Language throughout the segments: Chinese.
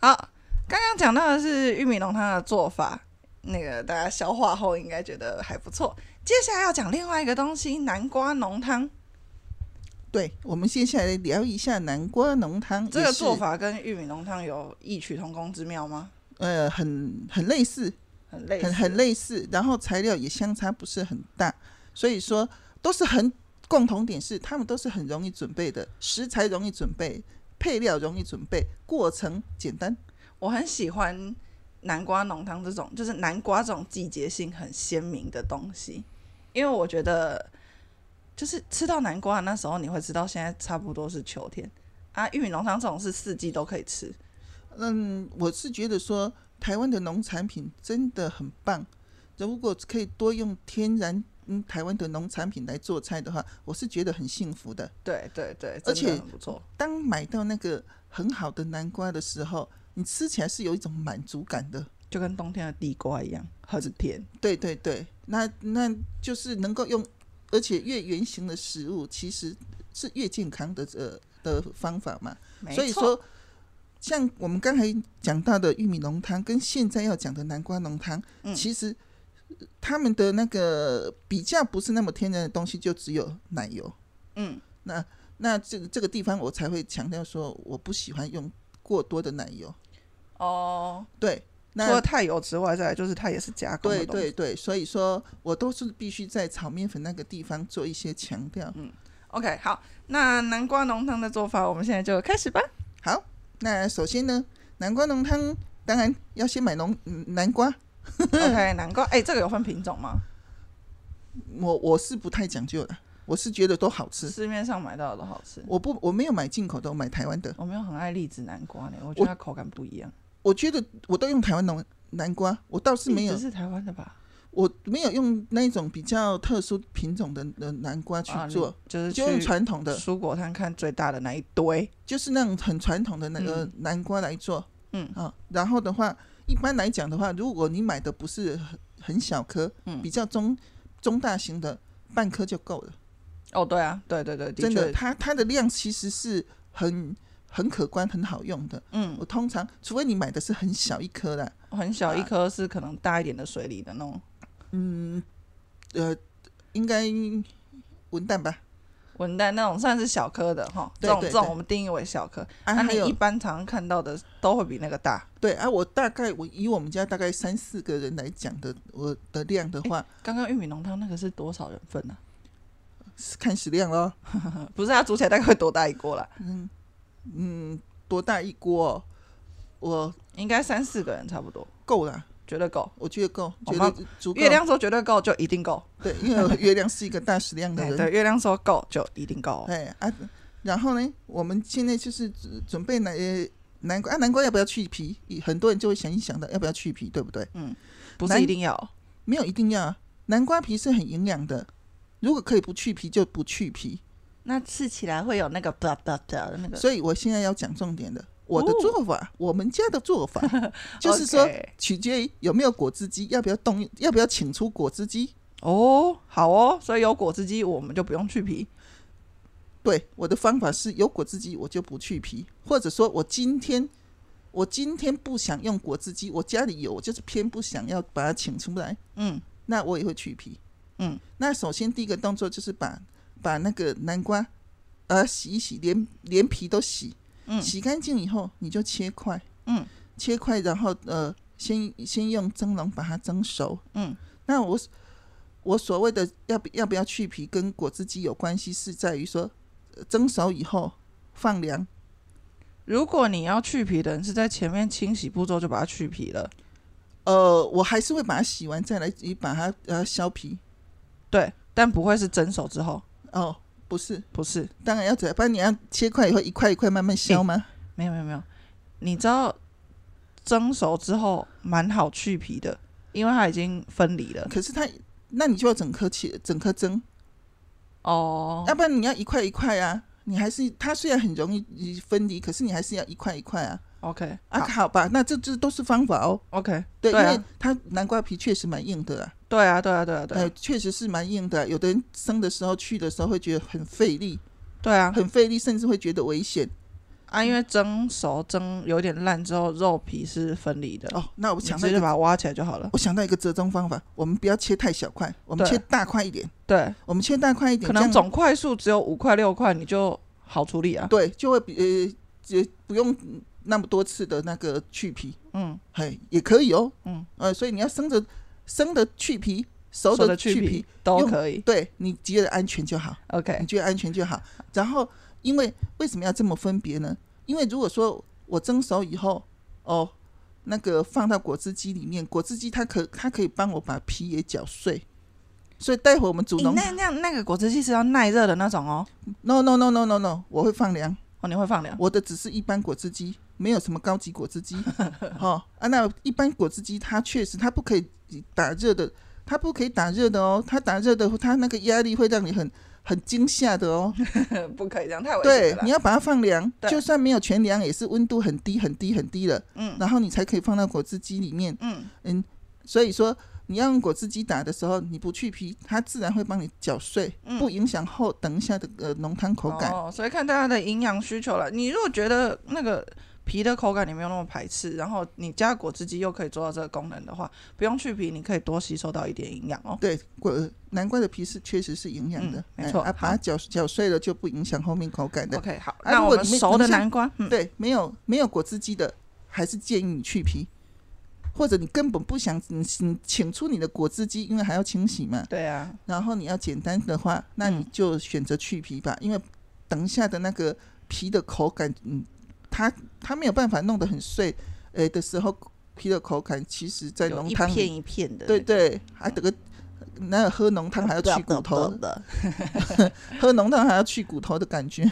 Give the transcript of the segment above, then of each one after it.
好，刚刚讲到的是玉米浓汤的做法，那个大家消化后应该觉得还不错。接下来要讲另外一个东西，南瓜浓汤。对，我们接下来聊一下南瓜浓汤。这也个是做，法跟玉米浓汤有异曲同工之妙吗？呃，很很类似，很类似，很很类似，然后材料也相差不是很大，所以说都是很共同点是，他们都是很容易准备的，食材容易准备，配料容易准备，过程简单。我很喜欢南瓜浓汤这种，就是南瓜这种季节性很鲜明的东西，因为我觉得就是吃到南瓜的那时候，你会知道现在差不多是秋天啊。玉米浓汤这种是四季都可以吃，嗯，我是觉得说台湾的农产品真的很棒，如果可以多用天然嗯台湾的农产品来做菜的话，我是觉得很幸福的。对对对，真的而且很不错。当买到那个很好的南瓜的时候，你吃起来是有一种满足感的。就跟冬天的地瓜一样，很甜。对对对，那那就是能够用，而且越圆形的食物其实是越健康的呃的方法嘛。没所以错，说，像我们刚才讲到的玉米浓汤，跟现在要讲的南瓜浓汤，嗯其实呃他们的那个比较不是那么天然的东西，就只有奶油。嗯，那那这个这个地方我才会强调说，我不喜欢用过多的奶油。哦，对，除那了太油之外，再来就是它也是加工的对东西。对对，所以说我都是必须在炒面粉那个地方做一些强调。 OK，好，那南瓜浓汤的做法，我们现在就开始 吧。好，那首先呢，南瓜浓汤当然要先买浓嗯南瓜， OK，南瓜，哎、这个有分品种吗？我我是不太讲究的，我是觉得都好吃。市面上买到的都好吃。我不我没有买进口的，我买台湾的。我没有很爱栗子南瓜呢，我觉得它口感不一样。我觉得我都用台湾农南瓜，我倒是没栗有子，是台湾的吧？我没有用那种比较特殊品种的的南瓜去啊你做，就是就用去传统的，蔬果摊看最大的那一堆。就是那种很传统的那个南瓜来做。嗯啊，然后的话，一般来讲的话，如果你买的不是很很小颗，嗯比较中中大型的，半颗就够了。哦，对啊，对对对，真的，确，它它的量其实是很很可观、很好用的。嗯，我通常，除非你买的是很小一颗啦，很小一颗是可能大一点的水里的那种嗯，呃，应该文旦吧？文旦，那种算是小颗的哈。这对种对这种对我们定义为小颗，啊，那还你一有般常看到的都会比那个大。对啊，我大概我以我们家大概三四个人来讲的，我的量的话刚刚玉米浓汤那个是多少人啊份呢、是看食量咯。啊？不是，它煮起来大概会多大一锅啦？嗯嗯，多大一锅、哦？我应该三四个人差不多，够了，绝对够。我觉得够，我觉妈得足够。月亮说绝对够，就一定够。 对，因为我月亮是一个大食量的哎人。对，月亮说够就一定够哦。哎啊，然后呢，我们现在就是准准备南呃南瓜啊，南瓜要不要去皮？很多人就会想一想到要不要去皮，对不对？不是南一定要。没有一定要啊，南瓜皮是很营养的，如果可以不去皮就不去皮。那吃起来会有那个 blah blah blah 的那个，所以我现在要讲重点的，我的哦做法，我们家的做 法，就是说 OK 取决于有没有果汁机，要不要动，要不要请出果汁机。哦，好哦，所以有果汁机我们就不用去皮，对，我的方法是有果汁机我就不去皮，或者说我今天我今天不想用果汁机，我家里有，我就是偏不想要把它请出来，嗯那我也会去皮。嗯，那首先第一个动作就是把把那个南瓜呃洗一洗，连连皮都洗，嗯洗干净以后你就切块，嗯，切块然后呃先先用蒸笼把它蒸熟，嗯，那我我所谓的要不要不要去皮，跟果汁机有关系，是在于说呃蒸熟以后放凉。如果你要去皮的人是在前面清洗步骤就把它去皮了，呃，我还是会把它洗完再来，你把它呃削皮。对，但不会是蒸熟之后，哦，不是，不是，当然要怎样，不然你要切块以后一块一块慢慢削吗？没有没有没有，你知道蒸熟之后蛮好去皮的，因为它已经分离了，可是它，那你就要整颗切，整颗蒸，哦要不然你要一块一块啊。你还是它虽然很容易分离，可是你还是要一块一块啊。 ，OK 啊，好好吧，那这这都是方法哦。 ，OK，对，对啊因为它南瓜皮确实蛮硬的啊。对啊对啊对啊对呃啊，确实是蛮硬的。有的人生的时候去的时候会觉得很费力，对啊，很费力，甚至会觉得危险。啊，因为蒸熟蒸有点烂之后，肉皮是分离的，哦，那我你想到直一接个，把它挖起来就好了。我想到一个折中方法，我们不要切太小块，我们对切大块一点，对，我们切大块一点，可这能样总块数只有五块六块，你就好处理啊。对就会比呃也不用那么多次的那个去皮，嗯，嘿，也可以哦，嗯，呃，所以你要生的生的去皮，熟说的的去去皮，都可以。对你觉得安全就好， OK，你觉得安全就好。然后，因为为什么要这么分别呢？因为如果说我蒸熟以后，哦，那个放到果汁机里面，果汁机它可它可以帮我把皮也搅碎，所以待会我们煮你浓那那那个果汁机是要耐热的那种哦。 ，no no no no no no，我会放凉，哦，你会放凉？我的只是一般果汁机，没有什么高级果汁机。 哦啊，那一般果汁机它确实它不可以打热的，它不可以打热的哦，它打热的它那个压力会让你很很惊吓的 哦。不可以这样，太危险对了，啦。你要把它放凉，对就算没有全凉，也是温度很低很低很低了，嗯然后你才可以放到果汁机里面。嗯，嗯，所以说你要用果汁机打的时候，你不去皮，它自然会帮你搅碎，嗯不影响后等一下的呃浓汤口感。哦，所以看大家的营养需求了。你如果觉得那个皮的口感你没有那么排斥，然后你加果汁机又可以做到这个功能的话，不用去皮，你可以多吸收到一点营养哦。对，果南瓜的皮是确实是营养的嗯，没错哎啊，把它搅搅碎了就不影响后面口感的。 OK，好，啊那如我果们你们熟的你像南瓜，嗯，对，没有没有果汁机的，还是建议你去皮，或者你根本不想你你请出你的果汁机，因为还要清洗嘛。对啊，然后你要简单的话，那你嗯就选择去皮吧，因为等一下的那个皮的口感，嗯，它它没有办法弄得很碎，呃的时候，皮的口感其实在有浓一汤片里，一片的，对，对，还得个哪有喝浓汤还要去骨头，的。喝浓汤还要去骨头的感觉。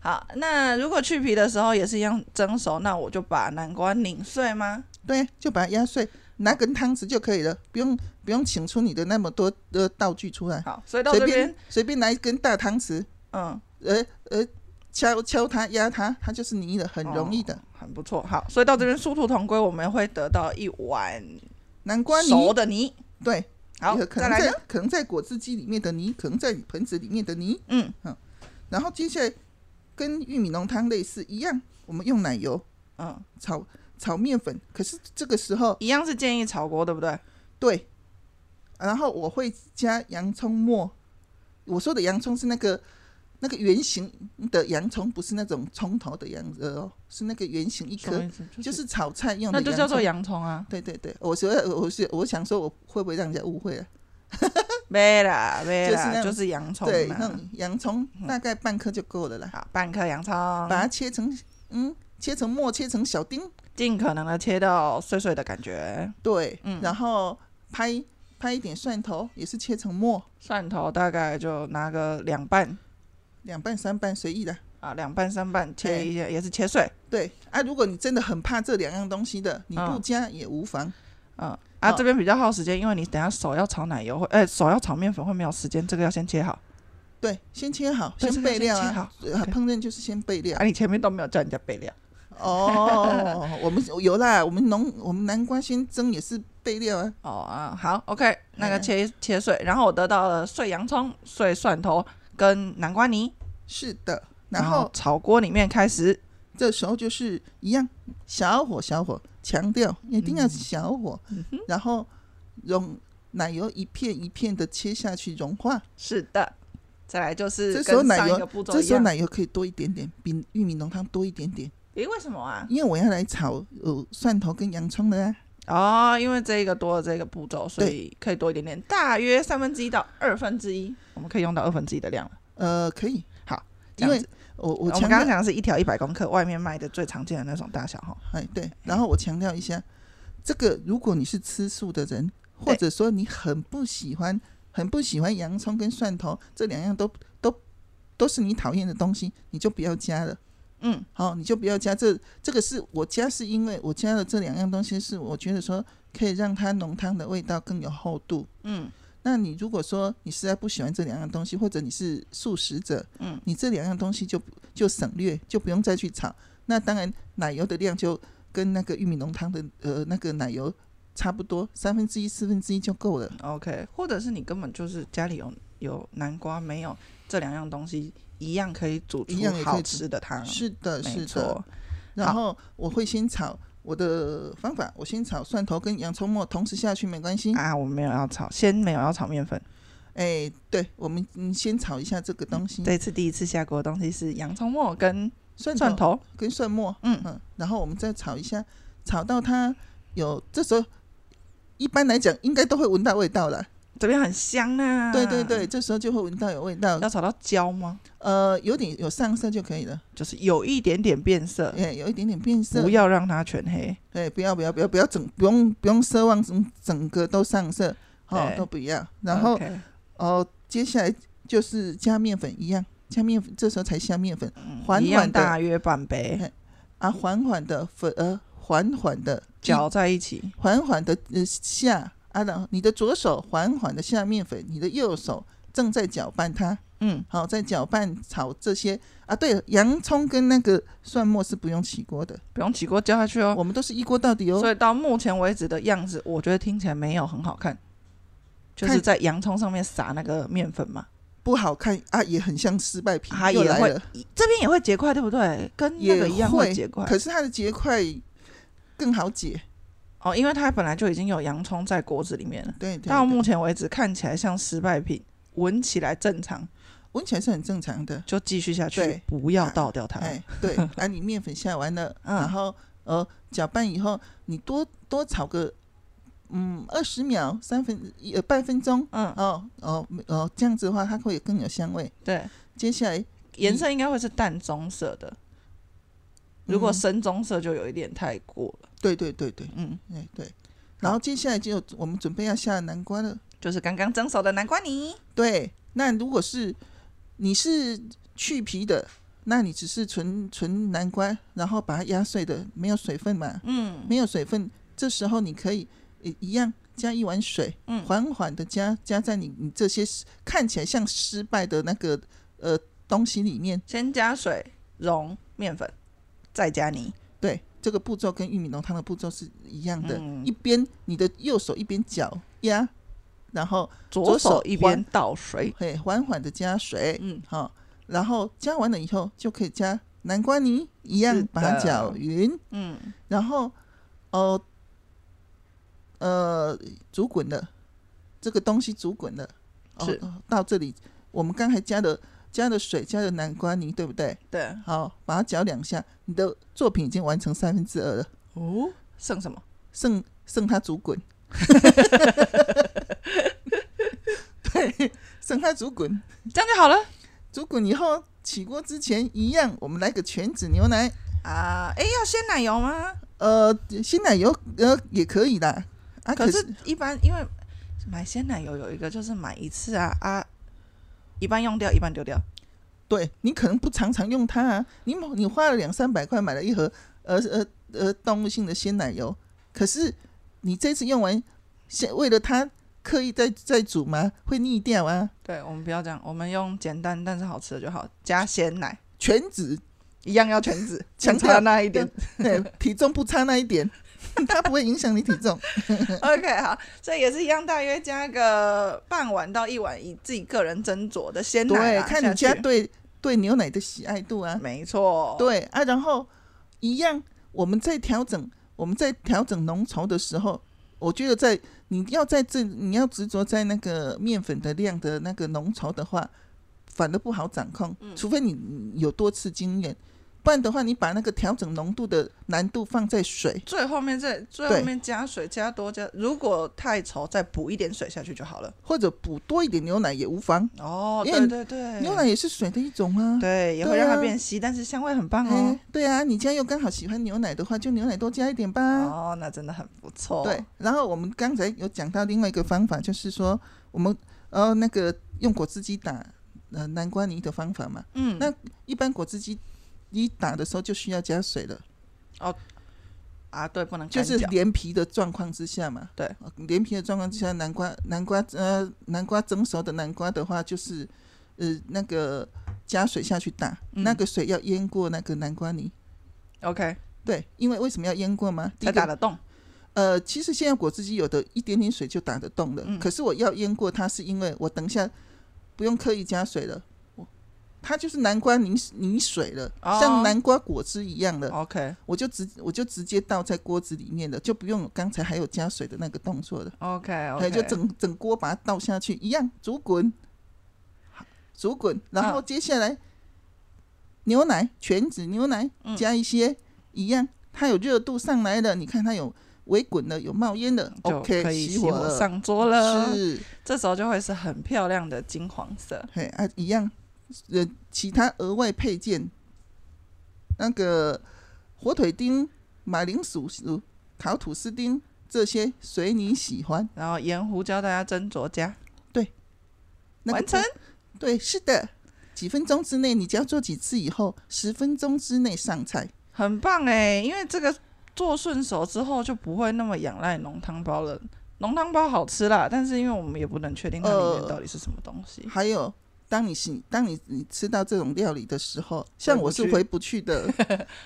好，那如果去皮的时候也是一样蒸熟，那我就把南瓜拧碎吗？对，就把它压碎，拿根汤匙就可以了，不用不用请出你的那么多的道具出来，好，所以到随这便边，随便拿一根大汤匙，嗯，呃呃，敲敲它压它，它就是泥了，很容易的。哦很不错。好，所以到这边殊途同归，我们会得到一碗南瓜泥熟的泥。对，好，也可再能来呢在？可能在果汁机里面的泥，可能在你盆子里面的泥，嗯，然后接下来跟玉米浓汤类似一样，我们用奶油嗯，炒炒面粉，可是这个时候一样是建议炒锅，对不对？对，然后我会加洋葱末，我说的洋葱是那个。那个圆形的洋葱不是那种葱头的洋呃哦，是那个圆形一颗，思？就是炒菜用的那洋就葱。叫做洋葱啊，对对对，我说我是我想说我会不会让人家误会啊？没啦没就是啦，那种就是洋葱对，那嘛。种洋葱大概半颗就够了啦。嗯好，半颗洋葱，把它切成嗯，切成末，切成小丁，尽可能的切到碎碎的感觉。对，嗯然后拍拍一点蒜头，也是切成末，蒜头大概就拿个两瓣两瓣三瓣随意的。啊，两瓣三瓣切对一些，也是切碎。对啊，如果你真的很怕这两样东西的，你不嗯加也无妨。嗯啊，哦这边比较耗时间，因为你等一下手要炒奶油会，哎、手要炒面粉会没有时间，这个要先切好。对，先切好，对先备料先切啊好。呃 OK 烹饪就是先备料啊，。你前面都没有叫人家备料。 哦，我们有啦，我们农我们南瓜先蒸也是备料啊。哦啊，好，OK，那个嗯切、切碎，然后我得到了碎洋葱、碎蒜头跟南瓜泥，是的，然然后后炒锅里面开始。这时候就是一样，小火小火，强调一定要嗯小火，然后融奶油一片一片的切下去融化。是的，再来就是这时候跟奶上一油个步骤这一时候样。奶油可以多一点点，比玉米浓汤多一点点，诶，为什么啊？因为我要来炒呃蒜头跟洋葱的啊。哦，因为这个多了这个步骤，所对以可以多一点点，大约三分之一到二分之一，我们可以用到二分之一的量了。呃，可以，好，这样因为子我我我们强刚刚调，讲的是一条一百公克，外面卖的最常见的那种大小哈。哎对，然后我强调一下，这个如果你是吃素的人，或对者说你很不喜欢很不喜欢洋葱跟蒜头这两样都都都是你讨厌的东西，你就不要加了。嗯，好、你就不要加这这个是我加，是因为我加了这两样东西，是我觉得说可以让它浓汤的味道更有厚度。嗯，那你如果说你实在不喜欢这两样东西，或者你是素食者，嗯，你这两样东西就就省略，就不用再去炒。那当然，奶油的量就跟那个玉米浓汤的呃那个奶油差不多，三分之一、四分之一就够了。 OK，或者是你根本就是家里有有南瓜没有这两样东西，一样可以煮出一样也可以好煮吃的汤。是的，啊没是的。错，然后我会先炒我的方法，我先炒蒜头跟洋葱末同时下去没关系。啊，我们没有要炒，先没有要炒面粉。哎，对，我们嗯先炒一下这个东西，这一次第一次下锅的东西是洋葱末跟嗯蒜蒜头头，跟蒜末，嗯嗯，然后我们再炒一下，炒到它有这时候，一般来讲应该都会闻到味道了。这边很香啊。对对对，，这时候就会闻到有味道，要炒到焦吗？呃，有点有上色就可以了，就是有一点点变色，哎，有一点点变色嗯不，要让它全黑。哎，不要不要不要不要整不用不用奢望整整个都上色，对哦，嗯都不要。然后 OK，哦，接下来就是加面粉一样，加面粉这时候才下面粉嗯缓一样缓地大约半杯哎啊，缓缓的粉呃，缓缓的嗯搅在一起，缓缓的呃下啊，然后你的左手缓缓的下面粉，你的右手正在搅拌它，嗯，好，在搅拌炒这些啊。对了，洋葱跟那个蒜末是不用起锅的，不用起锅浇下去哦。我们都是一锅到底哦所。以到目前为止的样子，我觉得听起来没有很好看，就是看在洋葱上面撒那个面粉嘛，不好看啊，也很像失败品，它又也来会了。这边也会结块，对不对？跟那个一样也会结块可是它的结块更好解，哦，因为它本来就已经有洋葱在锅子里面了。对对到对，目前为止看起来像失败品，闻起来正常，闻起来是很正常的。就继续下去对，不要倒掉它。哎， 对，啊，你面粉下完了，嗯然后呃搅拌以后，你多多炒个嗯二十秒、三分一呃半分钟，嗯，哦哦没哦，这样子的话它会更有香味。对，接下来颜色应该会是淡棕色的，如果嗯深棕色就有一点太过了。对对对对，嗯，哎对，然后接下来就我们准备要下南瓜了。就是刚刚蒸熟的南瓜泥。对，那如果是你是去皮的，那你只是纯纯南瓜，然后把它压碎的，没有水分嘛，嗯没有水分，这时候你可以呃一样加一碗水，嗯，缓缓的加加在你你这些失看起来像失败的那个呃东西里面。先加水溶面粉，再加泥。对，这个步骤跟玉米浓汤的步骤是一样的，嗯一边你的右手一边搅压，然后左手手一边倒水，嘿缓缓的加水，哎嗯，好、然后加完了以后就可以加南瓜泥，一是样的把它搅匀，嗯，然后哦呃煮滚了，这个东西煮滚了，哦是哦到这里我们刚才加的加的水加的南瓜泥，对不对？对，好，把它搅两下，你的作品已经完成三分之二了，哦，剩什么？剩剩它 煮滚。对，剩它煮滚，这样就好了煮滚以后起锅之前一样，我们来个全脂牛奶，啊。哎、要鲜奶油吗？呃，鲜奶油呃也可以啦。啊，可可是，一般因为买鲜奶油有一个就是买一次啊啊，一半用掉，一半丢掉。对你可能不常常用它啊，你某你花了两三百块买了一盒呃呃呃动物性的鲜奶油，可是你这次用完，先为了它刻意再再煮吗？会腻掉啊。对，我们不要这样，我们用简单但是好吃的就好，加鲜奶，全脂一样要全脂，强强差调那一点。对， 体重不差那一点， 它不会影响你体重。 OK，好，所以也是一样，大约加个半碗到一碗，以自己个人斟酌的鲜 奶对，啊看下你家去对对牛奶的喜爱度啊。没错，对啊，然后一样，我们在调整我们在调整浓稠的时候，我觉得在你要在这你要执着在那个面粉的量的那个浓稠的话，反而不好掌控，嗯除非你有多次经验。不然的话，你把那个调整浓度的难度放在水，最后面再最后面加水加多加，如果太稠再补一点水下去就好了。或者补多一点牛奶也无妨，哦，因对为对对，牛奶也是水的一种啊。对也会对让它啊变稀，但是香味很棒哦哎。对啊，你家又刚好喜欢牛奶的话，就牛奶多加一点吧。哦，那真的很不错。啊对，，然后我们刚才有讲到另外一个方法，就是说我们呃那个用果汁机打呃南瓜泥的方法嘛。嗯，那一般果汁机一打的时候就需要加水了，啊对，不能就嗯干是搅连皮的状况之下嘛。对呃，连皮的状况之下，南瓜南瓜呃南瓜蒸熟的南瓜的话，就是呃那个加水下去打，嗯那个水要淹过那个南瓜泥。 OK 对，因为为什么要淹过吗？第一才个打得动。呃，其实现在果汁机有的一点点水就打得动了，嗯可是我要淹过它，是因为我等一下不用刻意加水了，我它就是南瓜泥泥水了，哦像南瓜果汁一样了， OK 我就直我就直接倒在锅子里面了，就不用有刚才还有加水的那个动作了， OK 还 OK，有就整整锅把它倒下去，一样煮滚，煮啊滚，然后接下来牛奶全脂牛奶嗯加一些，一样，它有热度上来了，你看它有微滚了，有冒烟了就可，OK，以熄熄火了，上桌了。是。这时候就会是很漂亮的金黄色。嘿啊，一样，呃，其他额外配件，那个火腿丁、马铃薯丝、烤吐司丁这些随你喜欢。然后盐胡椒大家斟酌加，那个完成不。对，是的，几分钟之内，你只要做几次以后，十分钟之内上菜。很棒哎、因为这个做顺手之后就不会那么仰赖浓汤包了。浓汤包好吃啦，但是因为我们也不能确定它里面呃到底是什么东西。 还有，当你是当你你吃到这种料理的时候，像我是回，回不去 的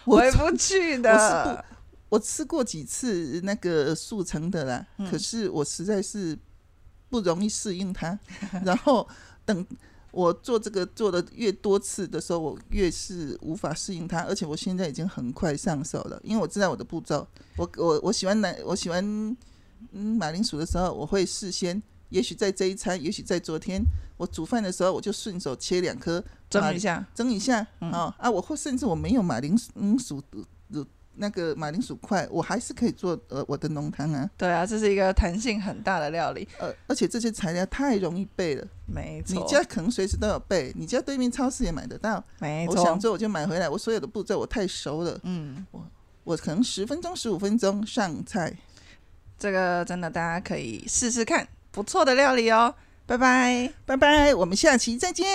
我回不去我是的不，我吃过几次那个速成的啦，嗯可是我实在是不容易适应它。 然后等我做这个做的越多次的时候，我越是无法适应它。而且我现在已经很快上手了，因为我知道我的步骤。我我我喜欢南，我喜欢嗯马铃薯的时候，我会事先。也许在这一餐，也许在昨天，我煮饭的时候，我就顺手切两颗蒸一下，蒸一下嗯哦、啊，我或甚至我没有马铃薯、嗯、薯呃那个马铃薯块，我还是可以做呃我的浓汤啊。对啊，这是一个弹性很大的料理，呃，而且这些材料太容易备了，没你错，家可能随时都有备，你家对面超市也买得到。没我想错，做我就买回来，我所有的步骤我太熟了，嗯，我可能十分钟、十五分钟上菜。这个真的大家可以试试看，不错的料理哦，拜拜。拜拜，我们下期再见。